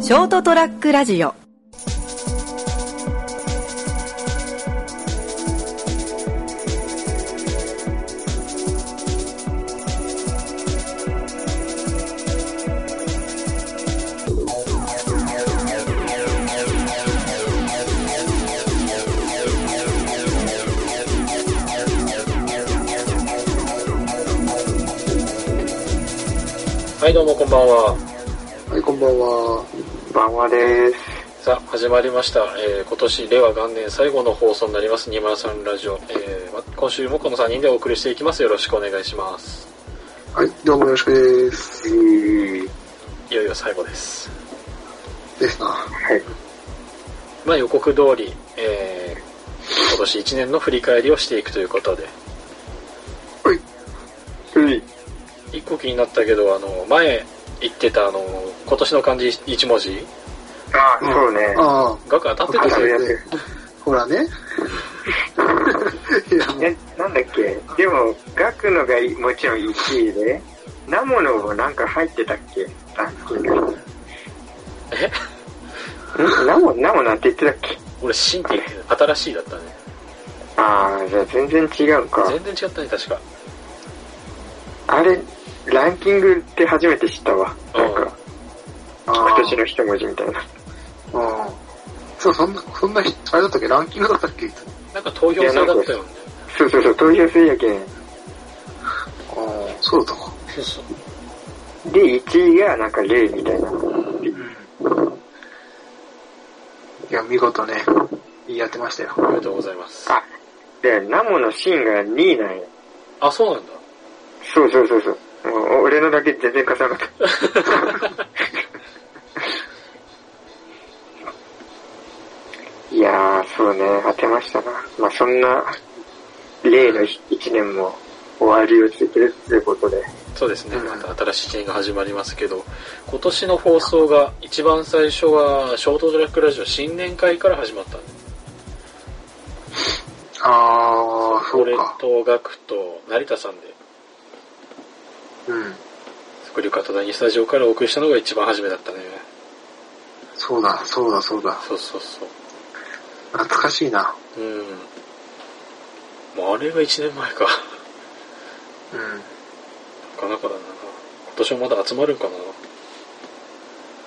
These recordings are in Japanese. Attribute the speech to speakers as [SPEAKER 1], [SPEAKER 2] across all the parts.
[SPEAKER 1] ショートトラックラジオ
[SPEAKER 2] はい、どうもこんばんは。
[SPEAKER 3] はい、こんばんは。
[SPEAKER 4] ばんはです。
[SPEAKER 2] さあ、始まりました。えー今年、令和元年最後の放送になります、203ラジオ。えーま今週もこの3人でお送りしていきます。よろしくお願いします。
[SPEAKER 3] はい、どうもよろしくです。
[SPEAKER 2] いよいよ最後です。
[SPEAKER 3] ですな。
[SPEAKER 4] はい。
[SPEAKER 2] まあ予告通り、えー今年1年の振り返りをしていくということで、
[SPEAKER 3] はい。
[SPEAKER 4] うん。
[SPEAKER 2] 一個気になったけど、あの、前言ってた、あの、今年の漢字1文字、
[SPEAKER 4] あ、そうね。
[SPEAKER 3] あ
[SPEAKER 2] 額当たってた
[SPEAKER 4] 当た
[SPEAKER 2] そ
[SPEAKER 4] るや
[SPEAKER 2] れ
[SPEAKER 4] つ
[SPEAKER 3] あ、ほ らね。いや、もう
[SPEAKER 4] え、なんだっけでも、学のがいもちろん1位で、ナモのもなんか入ってたっけランキング。
[SPEAKER 2] え
[SPEAKER 4] んナモ、ナモなんて言ってたっけ
[SPEAKER 2] 俺、新って言ってた新しいだったね。
[SPEAKER 4] あー、じゃあ全然違うか。
[SPEAKER 2] 全然違ったね、確か。
[SPEAKER 4] あれ、ランキングって初めて知ったわ。なん
[SPEAKER 2] うん
[SPEAKER 4] か、
[SPEAKER 3] あ
[SPEAKER 4] 今
[SPEAKER 3] あ
[SPEAKER 4] 年の一文字みたいな。
[SPEAKER 3] ああそう、そんな、そんな、あれだったっけランキングだったっけ
[SPEAKER 2] なんか投票制だったよね。
[SPEAKER 4] そうそうそう、投票するやけん。
[SPEAKER 3] ああ、そうだったか。
[SPEAKER 2] そうそう
[SPEAKER 4] で、1位がなんか例みたいな。
[SPEAKER 3] いや、見事ね、言い当てましたよ。
[SPEAKER 2] おめでとうございます。
[SPEAKER 4] あ、で、ナモのシーンが2位なんや。
[SPEAKER 2] あ、そうなんだ。
[SPEAKER 4] そうそうそうそう。もう俺のだけ全然貸 さなかった。いやー、そうね、当てましたな。まあそんな、例の一年も終わりをしてくれるということで。
[SPEAKER 2] そうですね、
[SPEAKER 3] うん
[SPEAKER 2] また新しい一年が始まりますけど、今年の放送が一番最初は、ショートドラッグラジオ新年会から始まったんで
[SPEAKER 3] ああ、そう
[SPEAKER 2] 俺
[SPEAKER 3] か。
[SPEAKER 2] とガクと成田さんで、
[SPEAKER 3] うん。
[SPEAKER 2] 福岡と第二スタジオからお送りしたのが一番初めだったね。
[SPEAKER 3] そうだ、そうだ、そうだ。
[SPEAKER 2] そうそうそう。
[SPEAKER 3] 懐かしいな。
[SPEAKER 2] うん。もうあれが一年前か。
[SPEAKER 3] うん。
[SPEAKER 2] なかなかだな。今年もまだ集まるんか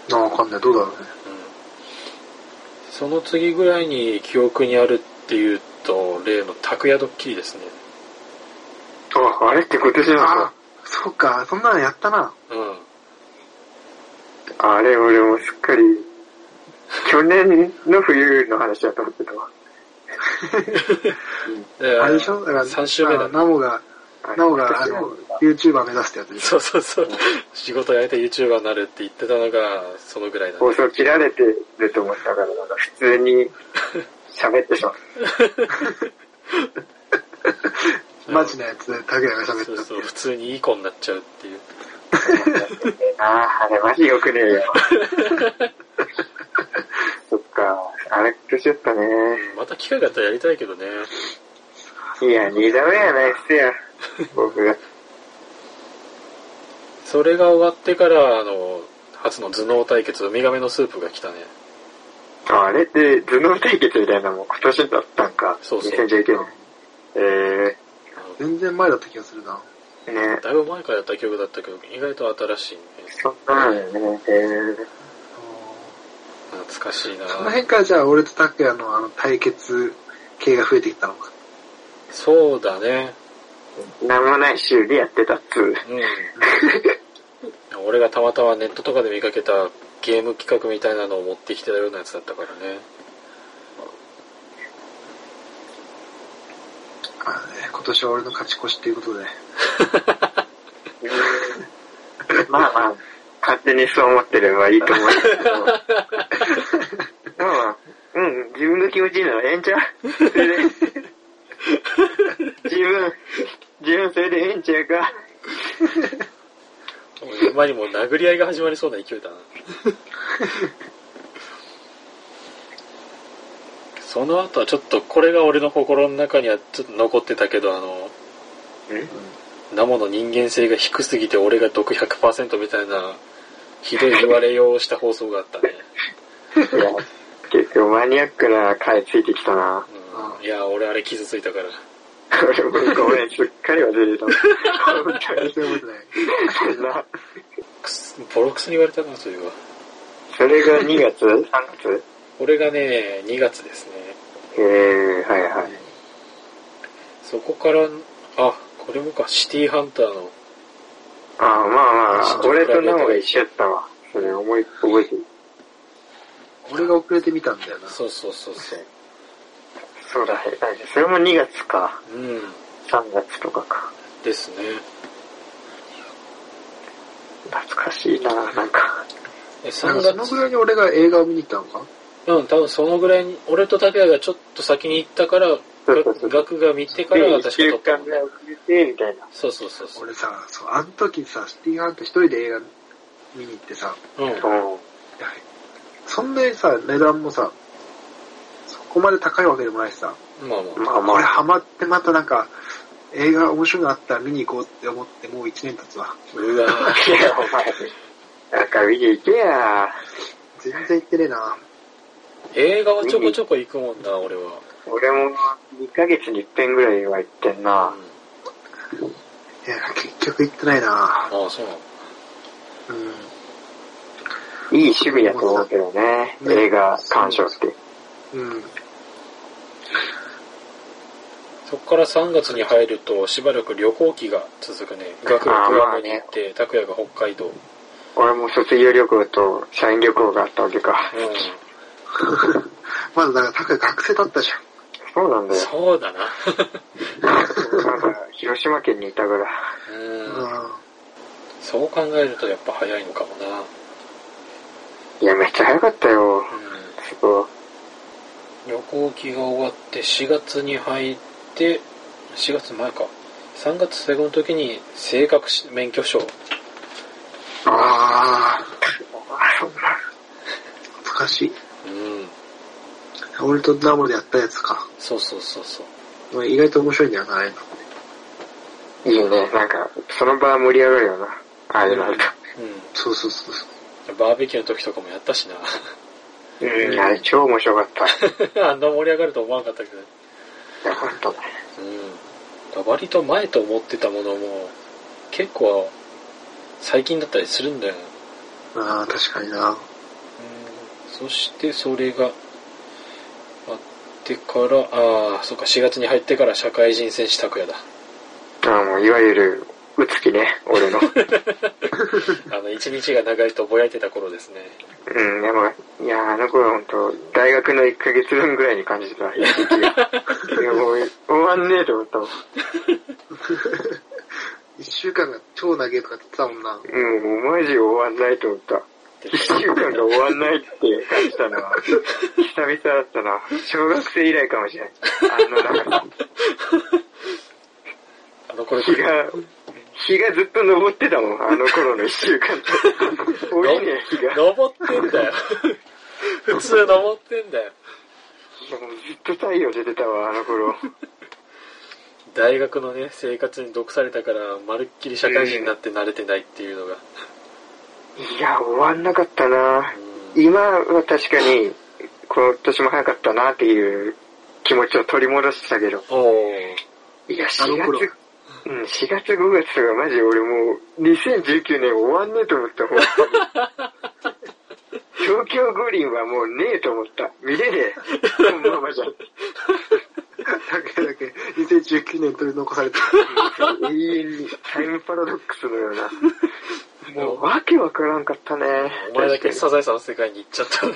[SPEAKER 2] な。
[SPEAKER 3] なあ、わかんない。どうだろうね。
[SPEAKER 2] その次ぐらいに記憶にあるっていうと、例の拓也ドッキリですね。
[SPEAKER 4] あ、あれって今年なの
[SPEAKER 3] ああ
[SPEAKER 4] か。、
[SPEAKER 3] そうか。そんなのやったな。
[SPEAKER 2] うん。
[SPEAKER 4] あれ、俺もすっかり、去年の冬の話だと思ってたわ。
[SPEAKER 2] で
[SPEAKER 3] あれでしょだから、
[SPEAKER 2] 3週目だ
[SPEAKER 3] あナモが、
[SPEAKER 4] あ
[SPEAKER 3] ナモが、あの、YouTuber 目指すってやつでしょ
[SPEAKER 2] そうそうそう。仕事やめて YouTuber になるって言ってたのが、そのぐらいだね
[SPEAKER 4] 放送切られてると思ったから、なんか普通に喋ってしまった。
[SPEAKER 3] マジなやつで、タケヤが喋
[SPEAKER 2] そう
[SPEAKER 3] った
[SPEAKER 2] そう、普通にいい子になっちゃうっていう。
[SPEAKER 4] ああ、あれマジ良くねえ よ。そっか、あれ今年だったね。
[SPEAKER 2] また機会があったらやりたいけどね。
[SPEAKER 4] いや、二度目やないっすよ。僕が。
[SPEAKER 2] それが終わってから、あの、初の頭脳対決、ウミガメのスープが来たね。
[SPEAKER 4] あれって頭脳対決みたいなのも今年だったんか。
[SPEAKER 2] そうそう
[SPEAKER 4] 2019年。え
[SPEAKER 2] あ
[SPEAKER 3] 全然前だった気がするな。
[SPEAKER 4] えー、ね
[SPEAKER 2] の、だいぶ前からやった曲だったけど、意外と新しいね。
[SPEAKER 4] そんなのよね。えー、
[SPEAKER 2] 懐かしいな
[SPEAKER 3] その辺からじゃあ、俺とタケヤのあの対決系が増えてきたのか。
[SPEAKER 2] そうだね。
[SPEAKER 4] なんもない週でやってたっつ
[SPEAKER 2] う
[SPEAKER 4] う。
[SPEAKER 2] ん。俺がたまたまネットとかで見かけたゲーム企画みたいなのを持ってきてたようなやつだったからね。
[SPEAKER 3] あのね、今年は俺の勝ち越しっていうことで。
[SPEAKER 4] まあまあ、勝手にそう思ってればいいと思うんですけど。 まあまあ、うん、自分が気持ちいいならええんちゃうそれで。自分、自分それでええんちゃうか。
[SPEAKER 2] 今にも殴り合いが始まりそうな勢いだなその後はちょっとこれが俺の心の中にはちょっと残ってたけどあの
[SPEAKER 4] え
[SPEAKER 2] ナモの人間性が低すぎて俺が毒100%みたいなひどい言われようをした放送があったね。
[SPEAKER 4] いや、結構マニアックな回ついてきたな。
[SPEAKER 2] うん、いや、俺あれ傷ついたから。
[SPEAKER 4] 俺もごめん、すっかり忘れて た。本当に
[SPEAKER 3] そういうことない。
[SPEAKER 4] そんな。
[SPEAKER 2] くすボロクソに言われたな、そういえば。
[SPEAKER 4] それが2月 ?3 月
[SPEAKER 2] 俺がね、2月ですね。
[SPEAKER 4] へえー、はいはい。
[SPEAKER 2] そこから、あ、これもか、シティハンターの。
[SPEAKER 4] ああ、まあまあ、俺とナモが一緒やったわ。それ思い、覚えてる。
[SPEAKER 3] 俺が遅れて見たんだよな。
[SPEAKER 2] そうそうそうそう。
[SPEAKER 4] そうだ、はいそれも2月か。
[SPEAKER 2] うん。
[SPEAKER 4] 3月とかか。
[SPEAKER 2] ですね。
[SPEAKER 4] 懐かしいな、なんか。
[SPEAKER 2] え、
[SPEAKER 3] なん
[SPEAKER 2] 3
[SPEAKER 3] かその
[SPEAKER 2] 月
[SPEAKER 3] ぐらいに俺が映画を見に行ったのか
[SPEAKER 2] うん、多分そのぐらいに、俺と竹谷がちょっと先に行ったから、
[SPEAKER 4] そうそうそう
[SPEAKER 2] 額が見てから私
[SPEAKER 4] で
[SPEAKER 2] が撮
[SPEAKER 4] 一週
[SPEAKER 2] った
[SPEAKER 4] 間
[SPEAKER 2] もん
[SPEAKER 4] ぐ
[SPEAKER 2] ね。
[SPEAKER 4] らい遅れて、みたいな。
[SPEAKER 2] そうそうそうそう。
[SPEAKER 3] 俺さ、そう、あの時さ、シティハンター一人で映画見に行ってさ、
[SPEAKER 2] うん。
[SPEAKER 4] うん。
[SPEAKER 3] いやそんなにさ、値段もさ、そこまで高いわけでもないしさ、
[SPEAKER 2] まあまあ。
[SPEAKER 4] まあま
[SPEAKER 3] 俺
[SPEAKER 4] あ、
[SPEAKER 3] ハマってまたなんか、映画面白いのあったら見に行こうって思ってもう1年経つわ。
[SPEAKER 2] うわぁ。
[SPEAKER 4] いや、お前。なんか見ていけや。
[SPEAKER 3] 全然行ってねえな。
[SPEAKER 2] 映画はちょこちょこ行くもんな、俺は。
[SPEAKER 4] 俺も2ヶ月に一遍ぐらいは行ってんな。
[SPEAKER 2] うん
[SPEAKER 3] いや、結局行ってないな。
[SPEAKER 2] ああ、そうなの。
[SPEAKER 3] うん。
[SPEAKER 4] いい趣味やと思うけどね。
[SPEAKER 3] ね
[SPEAKER 4] 映画鑑賞って。
[SPEAKER 3] うん。
[SPEAKER 2] そこから3月に入ると、しばらく旅行期が続くね。学
[SPEAKER 4] あ
[SPEAKER 2] が
[SPEAKER 4] あ
[SPEAKER 2] グ
[SPEAKER 4] ま
[SPEAKER 2] ラ
[SPEAKER 4] あ
[SPEAKER 2] ムに
[SPEAKER 4] ね
[SPEAKER 2] 行って、拓也が北海道。うん。
[SPEAKER 4] 俺も卒業旅行と社員旅行があったわけか。
[SPEAKER 3] まだだから、高い学生だったじゃ
[SPEAKER 4] そうなんだよ。
[SPEAKER 2] そうだな。
[SPEAKER 4] なんか、広島県にいたから。
[SPEAKER 3] ん。
[SPEAKER 2] うん。
[SPEAKER 3] うん。
[SPEAKER 2] そう考えるとやっぱ早いのかもな。
[SPEAKER 4] いや、めっちゃ早かったよ。
[SPEAKER 2] うん。
[SPEAKER 4] すご
[SPEAKER 2] 旅行期が終わって4月に入って4月前か3月最後の時に性格し免許証
[SPEAKER 4] い。ああ。そんな。
[SPEAKER 3] 懐かしい。
[SPEAKER 2] うん
[SPEAKER 3] 俺とナモでやったやつか。
[SPEAKER 2] そうそうそうそう
[SPEAKER 3] 意外と面白いんだよな、あれの。
[SPEAKER 4] いいね。なんか、その場盛り上がるよな。ああいうのある
[SPEAKER 2] う
[SPEAKER 3] そうそうそうそう。
[SPEAKER 2] んバーベキューの時とかもやったしな
[SPEAKER 4] と。うん。あれ超面白かった。
[SPEAKER 2] あんな盛り上がると思わなかったけど
[SPEAKER 4] よかったね。
[SPEAKER 2] うん割と前と思ってたものも結構最近だったりするんだよ
[SPEAKER 3] ああ、確かにな。
[SPEAKER 2] そしてそれがあってからああそっか4月に入ってから社会人選手拓也だ
[SPEAKER 4] ああ、もう、いわゆる、うつきね。俺の。
[SPEAKER 2] あの、一日が長いとぼやいてた頃ですね。
[SPEAKER 4] うん、でも、いや、あの頃は本当大学の1ヶ月分ぐらいに感じてた。いや、 もう、終わんねえと思ったもん。
[SPEAKER 3] 一週間が超長いとかって言ってたもんな。
[SPEAKER 4] うん、もうマジ終わんないと思った。一週間が終わんないって感じたのは、久々だったな。小学生以来かもしれない。あの、なんか、
[SPEAKER 2] あの頃、
[SPEAKER 4] 日が、日がずっと昇ってたもん、あの頃の一週間って。多いね、日が。
[SPEAKER 2] 登ってん だよ。普通登ってんだよ。
[SPEAKER 4] いやもうずっと太陽出てたわ、あの頃。
[SPEAKER 2] 大学のね、生活に毒されたから、まるっきり社会人になって慣れてないっていうのが。
[SPEAKER 4] いや、終わんなかったな。
[SPEAKER 2] うん
[SPEAKER 4] 今は確かに、今年も早かったなっていう気持ちを取り戻してたけど、
[SPEAKER 2] おー。
[SPEAKER 4] いや、
[SPEAKER 3] あの
[SPEAKER 4] 4
[SPEAKER 3] 頃
[SPEAKER 4] 月、うん、4月5月とかマジ俺もう、2019年終わんねえと思った、本 当に東京五輪はもうねえと思った。見れねえ。このままじゃ。
[SPEAKER 3] だけだけ、2019年取り残された。
[SPEAKER 4] 永遠にタイムパラドックスのような。もうわけわからんかったね。
[SPEAKER 2] お前だけ
[SPEAKER 4] 確か
[SPEAKER 2] サザエさんの世界に行っちゃった。
[SPEAKER 4] に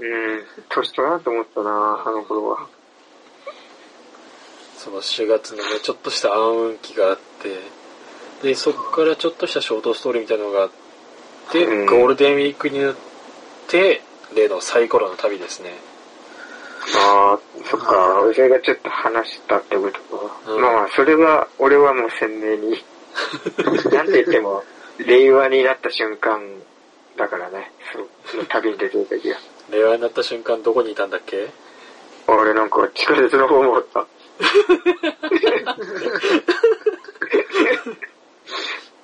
[SPEAKER 4] うん。年取らんと思ったな、あの頃は。
[SPEAKER 2] その4月のね、ちょっとした暗雲期があって、で、そっからちょっとしたショートストーリーみたいなのがあって、
[SPEAKER 4] うん
[SPEAKER 2] ゴールデンウィークになって、例のサイコロの旅ですね。
[SPEAKER 4] ああ、そっか、俺がちょっと話したってことか。
[SPEAKER 2] うん
[SPEAKER 4] まあまあ、それは、俺はもう鮮明に。なんて言っても、令和になった瞬間だからね、その旅に出てる時が。
[SPEAKER 2] 令和になった瞬間どこにいたんだっけ
[SPEAKER 4] 俺なんか地下鉄の方もおった。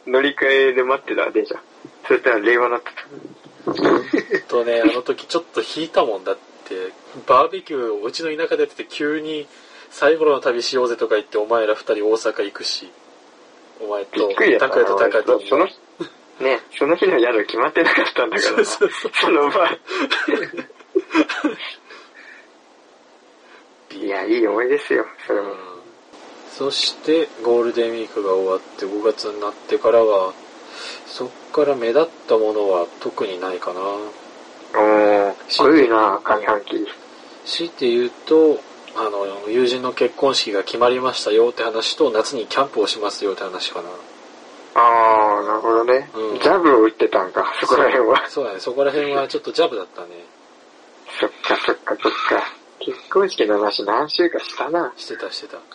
[SPEAKER 4] 乗り換えで待ってた、電車。そしたら令和になった。
[SPEAKER 2] とね、あの時ちょっと引いたもんだって、バーベキューをうちの田舎でやってて急に最後の旅しようぜとか言ってお前ら二人大阪行くし、お前
[SPEAKER 4] び
[SPEAKER 2] と
[SPEAKER 4] っくりだ
[SPEAKER 2] タ
[SPEAKER 4] っ
[SPEAKER 2] ク
[SPEAKER 4] た
[SPEAKER 2] ヤとタカ
[SPEAKER 4] な。
[SPEAKER 2] ヤと
[SPEAKER 4] その、ね、その日の宿決まってなかったんだからな。
[SPEAKER 2] そ
[SPEAKER 4] そうの場合。
[SPEAKER 2] ビ
[SPEAKER 4] いや、いい思いですよ、それも。
[SPEAKER 2] そしてゴールデンウィークが終わって5月になってからはそっから目立ったものは特にないかな
[SPEAKER 4] おー、悪いな、上半期。
[SPEAKER 2] 強いて言うとあの友人の結婚式が決まりましたよって話と夏にキャンプをしますよって話かな
[SPEAKER 4] あー、なるほどね
[SPEAKER 2] うん。
[SPEAKER 4] ジャブを打ってたんか、そこら辺は。
[SPEAKER 2] そうだねそこら辺はちょっとジャブだったね
[SPEAKER 4] そっか、そっか、そっか。結婚式の話何週かしたな。
[SPEAKER 2] してたしてた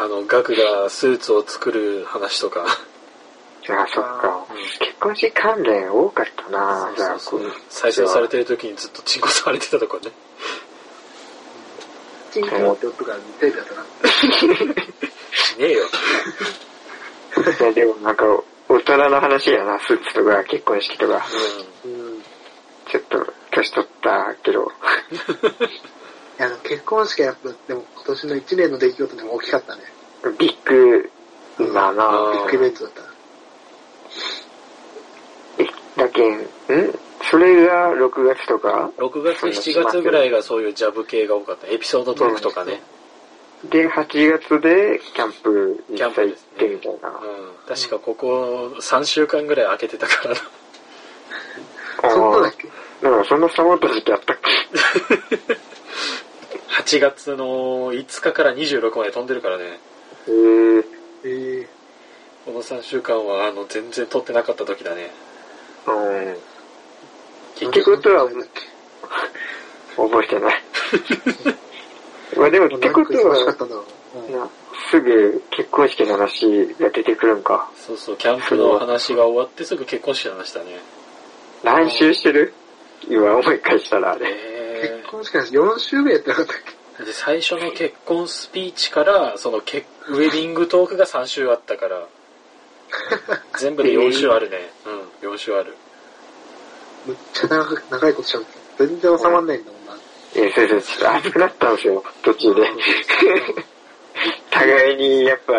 [SPEAKER 2] あのガクがスーツを作る話とか
[SPEAKER 4] あ、そっか
[SPEAKER 2] うん。
[SPEAKER 4] 結婚式関連多かったな、じゃあ、
[SPEAKER 2] そうそ
[SPEAKER 4] こ
[SPEAKER 2] う
[SPEAKER 4] う
[SPEAKER 2] そう再生されてる時にずっとチンコされてたとかね
[SPEAKER 3] チンコ持っておっとからテレビだったな。
[SPEAKER 2] しねえよ
[SPEAKER 4] いやでもなんか、大人の話やな、スーツとか結婚式とか。
[SPEAKER 2] うん
[SPEAKER 3] うん。い
[SPEAKER 4] ちょっと、年取ったけど。
[SPEAKER 3] や、でも結婚式はやっぱ、でも今年の1年の出来事でも大きかったね。
[SPEAKER 4] ビッグ、だな
[SPEAKER 2] あー
[SPEAKER 3] ビッグイベントだったな。
[SPEAKER 4] え、だけん、んそれが6月とか
[SPEAKER 2] 6月、7月ぐらいがそういうジャブ系が多かった。エピソードトークとかね。
[SPEAKER 4] で、8月でキャンプ実際行ってみたいな。
[SPEAKER 2] うん。確かここ3週間ぐらい空けてたからな。
[SPEAKER 4] あ
[SPEAKER 3] そんなだっ
[SPEAKER 4] ー
[SPEAKER 3] け
[SPEAKER 4] なんかそんなサボった時期あったっけ
[SPEAKER 2] 8月の5日から26まで飛んでるからね。
[SPEAKER 4] えー、
[SPEAKER 3] ええ
[SPEAKER 2] この3週間は、あの、全然撮ってなかった時だね。
[SPEAKER 4] うん。
[SPEAKER 2] 結
[SPEAKER 4] って
[SPEAKER 2] 局、
[SPEAKER 4] ことは
[SPEAKER 3] なんだっけ
[SPEAKER 4] 覚え てない。まあでもってこと
[SPEAKER 3] 忙しかっ
[SPEAKER 4] は、
[SPEAKER 3] たんだろう。うん
[SPEAKER 4] なすぐ結婚式の話が出てくるんか。
[SPEAKER 2] そうそう、キャンプの話が終わってすぐ結婚式の話だ ね。
[SPEAKER 4] 何周してる今思い返したらあれ。
[SPEAKER 2] え
[SPEAKER 3] 結婚式の話4週目やってなかったっ
[SPEAKER 2] ー、で、最初の結婚スピーチから、その結、ウェディングトークが3週あったから、 全部で4週あるね。うん、4週ある。
[SPEAKER 3] けむっちゃ長く長いこと喋ってた全然収まんないんだもんな。
[SPEAKER 4] え、そうそう、ちょっと熱くなったんですよ、途中で。互いに、やっぱ、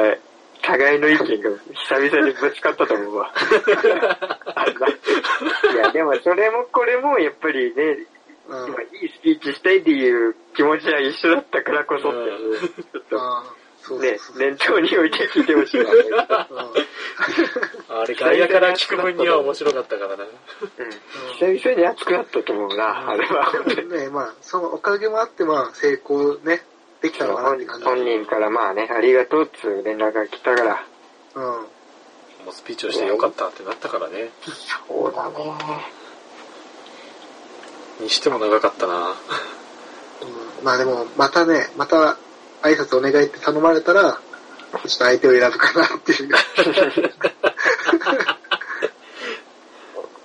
[SPEAKER 4] 互いの意見が久々にぶつかったと思うわ。あんないや、でもそれもこれも、やっぱりね、
[SPEAKER 3] うん。
[SPEAKER 4] 今いいスピーチしたいっていう気持ちは一緒だったからこそっていう、ちょっと
[SPEAKER 3] ああ、そうそう
[SPEAKER 4] ね
[SPEAKER 3] そう、
[SPEAKER 4] 念頭に置いて聞いてほしい わね。
[SPEAKER 2] あれ、外野から聞く分には面白かったからな。
[SPEAKER 4] うん。久々に熱くなったと思うな、あれは。
[SPEAKER 3] うん。ねまあ、そのおかげもあって、まあ、成功ね、できたのかなって感じ。
[SPEAKER 4] 本人からまあね、ありがとうっつう連絡が来たから。
[SPEAKER 3] うん。
[SPEAKER 2] もうスピーチをしてよかったってなったからね。
[SPEAKER 4] そうだね。
[SPEAKER 2] にしても長かったな。
[SPEAKER 3] うんまあでも、またね、また挨拶お願いって頼まれたら、ちょっと相手を選ぶかなっていう。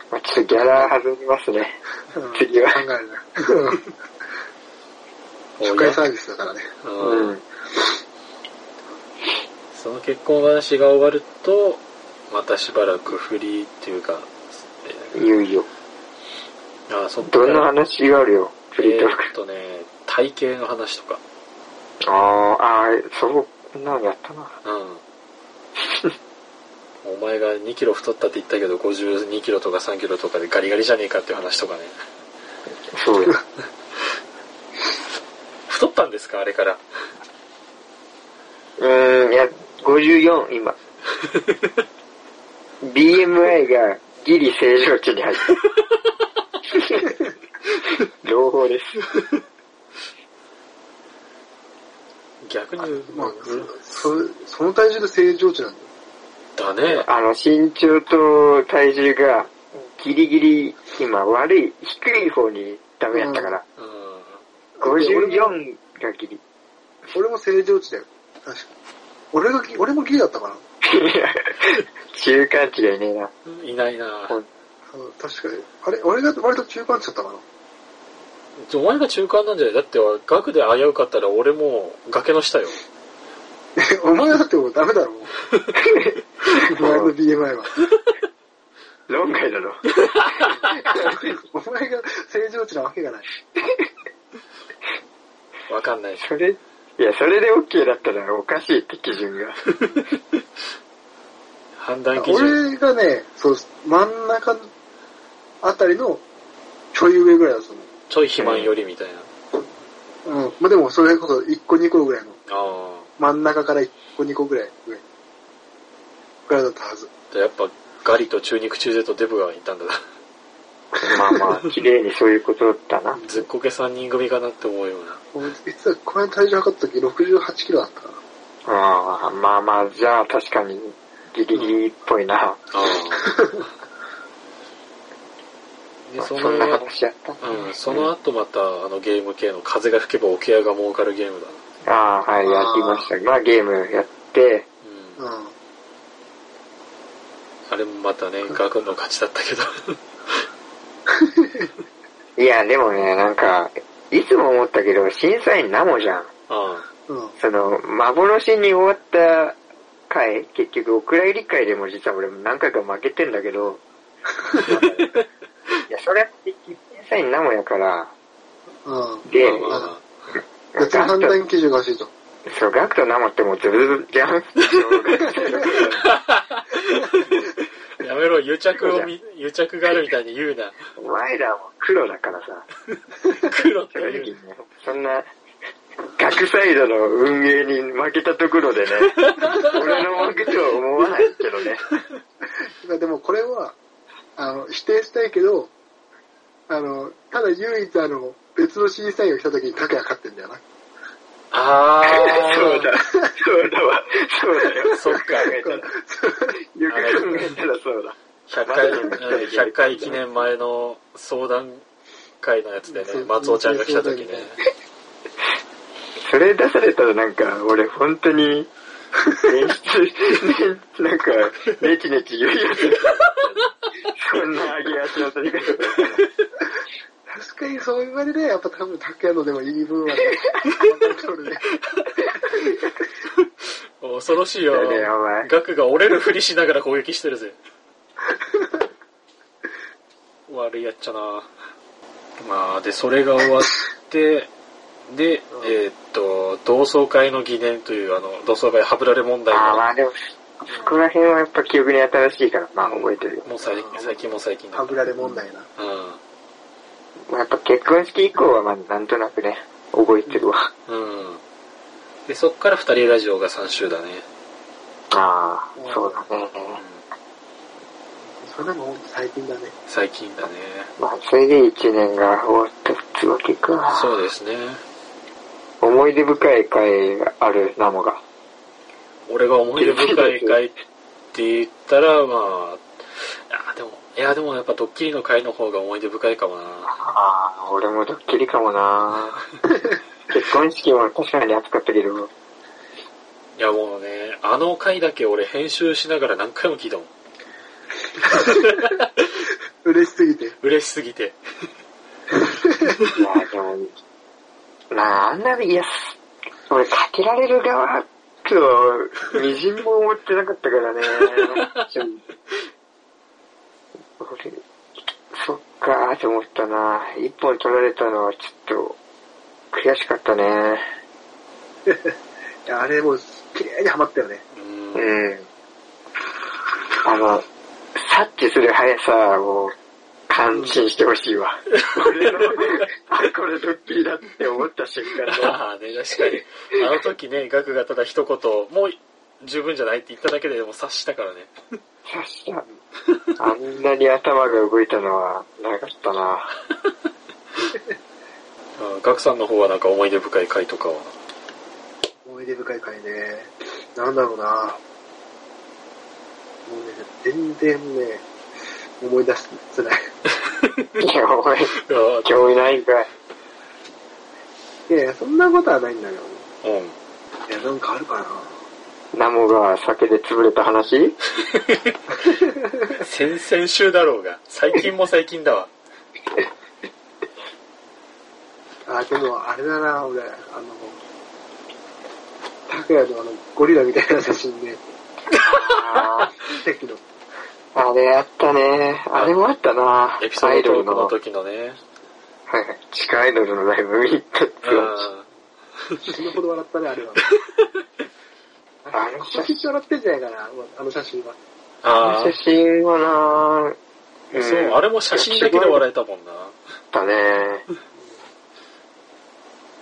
[SPEAKER 4] まあ、ちょっとギャラ外れますね。
[SPEAKER 3] うん
[SPEAKER 4] 次は
[SPEAKER 3] 考えるな。初回サービスだからね。
[SPEAKER 2] うん
[SPEAKER 4] うん。
[SPEAKER 2] その結婚話が終わると、またしばらくフリーっていうか、
[SPEAKER 4] いよいよ。
[SPEAKER 2] えーあ、そっ
[SPEAKER 4] どんな
[SPEAKER 2] ら、
[SPEAKER 4] 話があるよ、フリートー
[SPEAKER 2] えーっとね、体型の話とか。
[SPEAKER 4] ク。ああ、ああ、そう、こんなのやったな。
[SPEAKER 2] うん。お前が2キロ太ったって言ったけど、52キロとか3キロとかでガリガリじゃねえかっていう話とかね。
[SPEAKER 4] そうや。
[SPEAKER 2] 太ったんですかあれから。
[SPEAKER 4] うーん、いや、54、今。BMI がギリ正常値に 入った。朗報です。
[SPEAKER 2] 逆に、
[SPEAKER 3] まあ
[SPEAKER 2] うん、
[SPEAKER 3] そその体重で正常値なんだよ。
[SPEAKER 2] だね。
[SPEAKER 4] あの、身長と体重がギリギリ、今、悪い、低い方にダメやったから。
[SPEAKER 2] うん。
[SPEAKER 4] 54が ギリ。
[SPEAKER 3] 俺も正常値だよ。確か俺が、俺もギリだったかな。
[SPEAKER 4] いや中間値がいねえな。
[SPEAKER 2] いないな
[SPEAKER 4] うん
[SPEAKER 3] うん確かに。あれ、俺が割と中間値だったかな。
[SPEAKER 2] お前が中間なんじゃないだって額で危うかったら俺もう崖の下よ
[SPEAKER 3] お前だってもうダメだろ、もう。お前の BMI は。
[SPEAKER 4] 論外だろ。
[SPEAKER 3] お前が正常値なわけがない。
[SPEAKER 2] わかんないです
[SPEAKER 4] それ、いや、それで OK だったらおかしいって基準が。
[SPEAKER 2] 判断基準。
[SPEAKER 3] 俺がね、そう、真ん中あたりのちょい上ぐらいだった
[SPEAKER 2] ちょい肥満よりみたいな。
[SPEAKER 3] の。うん。まあ、でもそれこそ1個2個ぐらいの、
[SPEAKER 2] あ
[SPEAKER 3] 真ん中から1個2個ぐらい上。ぐらいだったはず。
[SPEAKER 2] あ。でやっぱ、ガリと中肉中背とデブがいたんだな。
[SPEAKER 4] まあまあ、綺麗にそういうことだな。
[SPEAKER 2] ずっこけ3人組かなって思うような。
[SPEAKER 3] 俺実はこの間体重測った時68キロだったから。
[SPEAKER 4] ああ、まあまあ、じゃあ確かにギリギリっぽいな。
[SPEAKER 2] ああ。で、
[SPEAKER 4] まあ
[SPEAKER 2] そ
[SPEAKER 4] そ
[SPEAKER 2] の
[SPEAKER 4] んな、話やった。
[SPEAKER 2] うん、その後また、あのゲーム系の風が吹けば桶屋が儲かるゲームだな。
[SPEAKER 4] ああ、はい、やりました。まあゲームやって、
[SPEAKER 2] うん
[SPEAKER 3] うん。
[SPEAKER 2] あれもまたね、ガクンの勝ちだったけど。
[SPEAKER 4] いや、でもね、なんか、いつも思ったけど、審査員ナモじゃん。
[SPEAKER 2] あ
[SPEAKER 3] うん。
[SPEAKER 4] その、幻に終わった回、結局、お蔵入り会でも実は俺も何回か負けてんだけ ど、いや、それは結局、審査員ナモやから、
[SPEAKER 3] うん。
[SPEAKER 4] で、
[SPEAKER 2] あ。まあまあ
[SPEAKER 4] なん
[SPEAKER 3] 別の
[SPEAKER 4] か
[SPEAKER 3] 判断基準が欲しいと。
[SPEAKER 4] そう、ガクとナモってもうズブズブじゃん。
[SPEAKER 2] やめろ、癒着をみ、癒着があるみたいに言うな。
[SPEAKER 4] お前らも黒だからさ。
[SPEAKER 2] 黒って
[SPEAKER 4] 正直
[SPEAKER 2] 言
[SPEAKER 4] ね
[SPEAKER 2] う。、
[SPEAKER 4] そんな、学サイドの運営に負けたところでね、俺の負けとは思わないけどね。
[SPEAKER 3] でもこれは、あの、否定したいけど、あの、ただ唯一あの、別の審査員が来た時に拓也勝ってんだよな。
[SPEAKER 2] あ
[SPEAKER 4] そう
[SPEAKER 2] ー。
[SPEAKER 4] だ、そうだわ、そうだよ。
[SPEAKER 2] そっか
[SPEAKER 4] 考えたらよく考えたらそうだ。
[SPEAKER 2] 100回、うん100回記念前の相談会のやつでね
[SPEAKER 3] そう、
[SPEAKER 2] 松尾ちゃんが来た時ね。
[SPEAKER 4] それ出されたらなんか、俺本当に、演出、なんか、ネチネチ言うやつ。そんな上げ足の取り方。
[SPEAKER 3] 確かにそう言われればやっぱ多分拓也のでもいい部分はね、分かるね。
[SPEAKER 2] 恐ろしいよ
[SPEAKER 4] だよねお。前
[SPEAKER 2] ガクが折れるふりしながら攻撃してるぜ。 悪いやっちゃなまあ、で、それが終わって、で、えーっと、同窓会の疑念という、あの、同窓会ハブられ問題
[SPEAKER 4] ああ、ま
[SPEAKER 2] が、
[SPEAKER 4] あでも、そこら辺はやっぱ記憶に新しいから、まあ覚えてるよ。
[SPEAKER 2] もう最近、最近も最近だ
[SPEAKER 3] はぶられ問題な。
[SPEAKER 2] うん。
[SPEAKER 4] まあ、やっぱ結婚式以降はまあなんとなくね、覚えてるわ。
[SPEAKER 2] うん。で、そっから二人ラジオが3週だね。
[SPEAKER 4] ああ、そうだ
[SPEAKER 2] う
[SPEAKER 4] ね。
[SPEAKER 2] ん。
[SPEAKER 3] それでも最近だね。
[SPEAKER 2] 最近だね。
[SPEAKER 4] まあ、それで一年が終わったってわけか。
[SPEAKER 2] そうですね。
[SPEAKER 4] 思い出深い回がある、ナモが。
[SPEAKER 2] 俺が思い出深い回って言ったら、まあ、あでも、いや、でもやっぱドッキリの回の方が思い出深いかもな。
[SPEAKER 4] ああ、俺もドッキリかもな 結婚式も確かに熱かったけど、
[SPEAKER 2] いや、もうね、あの回だけ俺編集しながら何回も聞いたもん。
[SPEAKER 3] 嬉しすぎて。
[SPEAKER 2] 嬉しすぎて。
[SPEAKER 4] いや、でも、まあ、あんなに、いや、俺、かけられる側とは、みじんも思ってなかったからね。俺、そっかーって思ったな。一本取られたのはちょっと、悔しかったね。
[SPEAKER 3] いや、あれもう、綺麗にはまったよね。
[SPEAKER 2] うん。うん。
[SPEAKER 4] うん。あの、察知する速さを、感心してほしいわ。俺の、あ、これドッキリだって思った瞬間の。
[SPEAKER 2] ああ、ね、確かに。あの時ね、ガクがただ一言、もう十分じゃないって言っただけでもう察したからね。
[SPEAKER 4] 確かに。あんなに頭が動いたのはなかったな。
[SPEAKER 2] うんガクさんの方はなんか思い出深い回とかは。
[SPEAKER 3] 思い出深い回ね。なんだろうな。もうね、全然ね、思い出せない。
[SPEAKER 4] いや、お前、
[SPEAKER 2] いや
[SPEAKER 4] 興味ないんかい。
[SPEAKER 3] いやいや、そんなことはないんだけど。
[SPEAKER 2] うん。
[SPEAKER 3] いや、なんかあるかな。
[SPEAKER 4] ナモが酒で潰れ た話
[SPEAKER 2] 先々週だろうが。最近も最近だわ。
[SPEAKER 3] あ、でも、あれだな、俺、あの、拓也のあの、ゴリラみたいな写真ね、
[SPEAKER 4] あ
[SPEAKER 3] 奇跡の。
[SPEAKER 4] ーあ、れあったね。あれもあったな。
[SPEAKER 2] エピソ
[SPEAKER 4] アイ
[SPEAKER 2] ー
[SPEAKER 4] ド
[SPEAKER 2] ド
[SPEAKER 4] ル
[SPEAKER 2] トー
[SPEAKER 4] の
[SPEAKER 2] ク、の時のね。
[SPEAKER 4] はいはい。地下アイドルのライブ見に行ったっていう話
[SPEAKER 2] う
[SPEAKER 3] 死ぬほど笑ったね、あれは。
[SPEAKER 4] あの写
[SPEAKER 3] 写
[SPEAKER 4] 真
[SPEAKER 3] 真笑ってんじゃないかな、あの写真は。
[SPEAKER 2] ん。ああ
[SPEAKER 4] 写。真はな
[SPEAKER 2] そう、あれも写真だけで笑えたもんな。
[SPEAKER 4] ったね。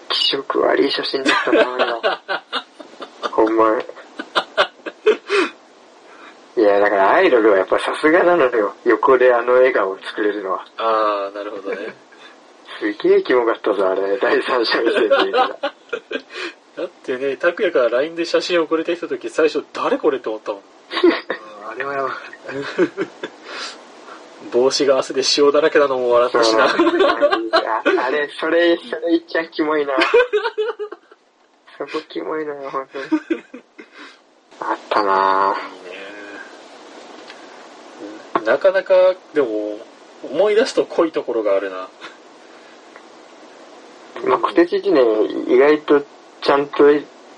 [SPEAKER 4] 気色悪い写真だっ たな。ほんま。いや、だからアイドルはやっぱさすがなのよ。横であの笑顔を作れるのは。
[SPEAKER 2] ああ、なるほどね。
[SPEAKER 4] すげえキモかったぞ、あれ。第三者目線で見たら。
[SPEAKER 2] だってね、拓也から LINE で写真送れてきた時、最初誰これって思ったもん。
[SPEAKER 3] うんあれはやばかっ
[SPEAKER 2] 帽子が汗で塩だらけなのも笑ったしな。
[SPEAKER 4] ああれ、それ、それ言っちゃキ モいな。そこキモいのよ、本当に。あったなぁ。
[SPEAKER 2] うんなかなか、でも、思い出すと濃いところがあるな。
[SPEAKER 4] まあ、今年一年、意外とちゃんと、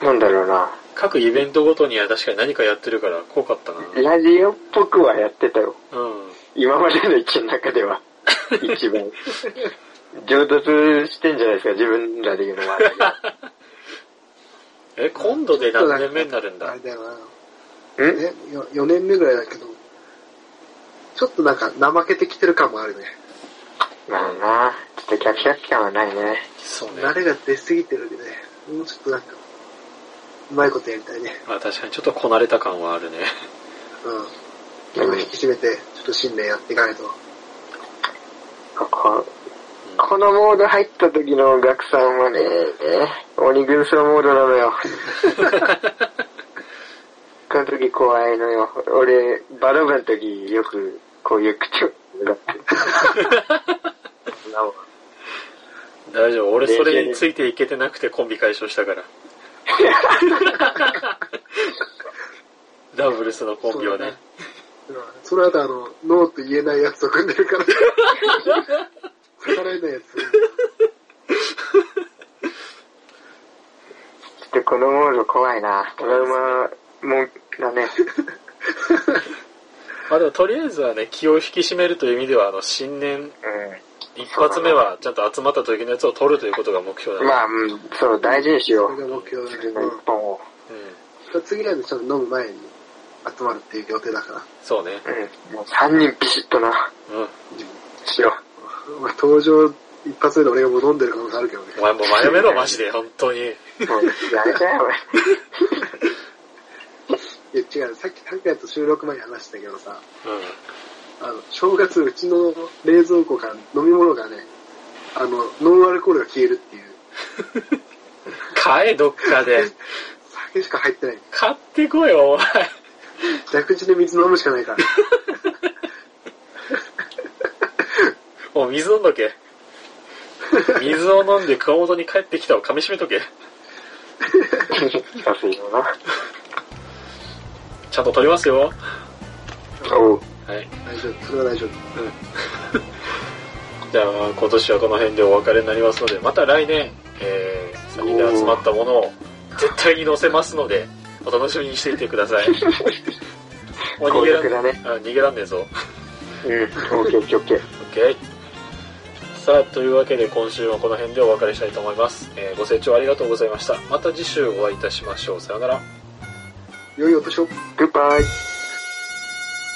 [SPEAKER 4] なんだろうな、
[SPEAKER 2] 各イベントごとには確かに何かやってるから濃かったな。う
[SPEAKER 4] ラジオっぽくはやってたよ。
[SPEAKER 2] ん。
[SPEAKER 4] 今までの一年の中では、一番。上達してんじゃないですか、自分らで言うのは。
[SPEAKER 2] え、今度で何年目になるん
[SPEAKER 3] た。あ
[SPEAKER 2] だ
[SPEAKER 3] れだよな。
[SPEAKER 4] ん
[SPEAKER 3] ね、よ4年目ぐらいだけど、ちょっとなんか怠けてきてる感もあるね。
[SPEAKER 4] まあなちょっとキャピキャピ感はないね。
[SPEAKER 2] そうね。
[SPEAKER 3] 慣れが出すぎてるんでね、もうちょっとなんか、うまいことやりたいね。
[SPEAKER 2] まあ確かにちょっとこなれた感はあるね。
[SPEAKER 3] うん。気を引き締めて、ちょっと新年やっていかないと。
[SPEAKER 4] ここ、このモード入った時の学さんはね、鬼軍曹モードなのよ。この時怖いのよ。俺、バド部の時よくこういう口調だって。なお
[SPEAKER 2] 大丈夫。俺それについていけてなくてコンビ解消した から。ダブルスのコンビはね。
[SPEAKER 3] うん。その後あの、ノーと言えないやつと組んでるから。逆らえないやつ。
[SPEAKER 4] ちょっとこのモード怖いな。トラウマもだね。
[SPEAKER 2] まあでもとりあえずはね、気を引き締めるという意味では、あの、新年一発目はちゃんと集まった時のやつを取るということが目標
[SPEAKER 4] う
[SPEAKER 2] だね。
[SPEAKER 4] ん。まあ、うん、そう、大事にしよ
[SPEAKER 3] それ
[SPEAKER 4] う。
[SPEAKER 3] が目標だね。
[SPEAKER 4] 次の一本を。
[SPEAKER 2] うん。
[SPEAKER 3] うん。次はね、ちょっと飲む前に集まるっていう予定だから。
[SPEAKER 2] そうね。
[SPEAKER 4] うん。もう3人ビシッとな、
[SPEAKER 2] うん。
[SPEAKER 4] しよう。
[SPEAKER 3] まあ、登場一発目で俺がもう飲んでる可能性あるけどね
[SPEAKER 2] お。前もう前めろ、マジで、本当に。
[SPEAKER 4] もう、やめちゃえ、俺。
[SPEAKER 3] いや違う、さっき拓也と収録前に話したけどさ、
[SPEAKER 2] う
[SPEAKER 3] あの、正月うちの冷蔵庫から飲み物がね、あの、ノンアルコールが消えるっていう、
[SPEAKER 2] ん。買え、どっかで。
[SPEAKER 3] 酒しか入ってない。
[SPEAKER 2] 買ってこいよ、お前。
[SPEAKER 3] 弱口で水飲むしかないから。
[SPEAKER 2] もう水飲んど け。水を飲んで熊本に帰ってきたを噛み締めとけ。
[SPEAKER 4] さすよな。
[SPEAKER 2] ちゃんと取りますよ。
[SPEAKER 4] おう。
[SPEAKER 2] はい。
[SPEAKER 3] 大丈夫、それは大丈夫。
[SPEAKER 2] じゃあ、今年はこの辺でお別れになりますので、また来年、えー、3人で集まったものを絶対に載せますので、お楽しみにしていてくだ さい。もう逃げらん
[SPEAKER 4] 攻略だね
[SPEAKER 2] あ逃げらんねえぞ。
[SPEAKER 4] うん。オッケーオッケーオッケー。
[SPEAKER 2] OK さあというわけで今週はこの辺でお別れしたいと思います、えーご清聴ありがとうございましたまた次週お会いいたしましょうさようなら
[SPEAKER 3] 良いお年を。
[SPEAKER 4] グッバイ。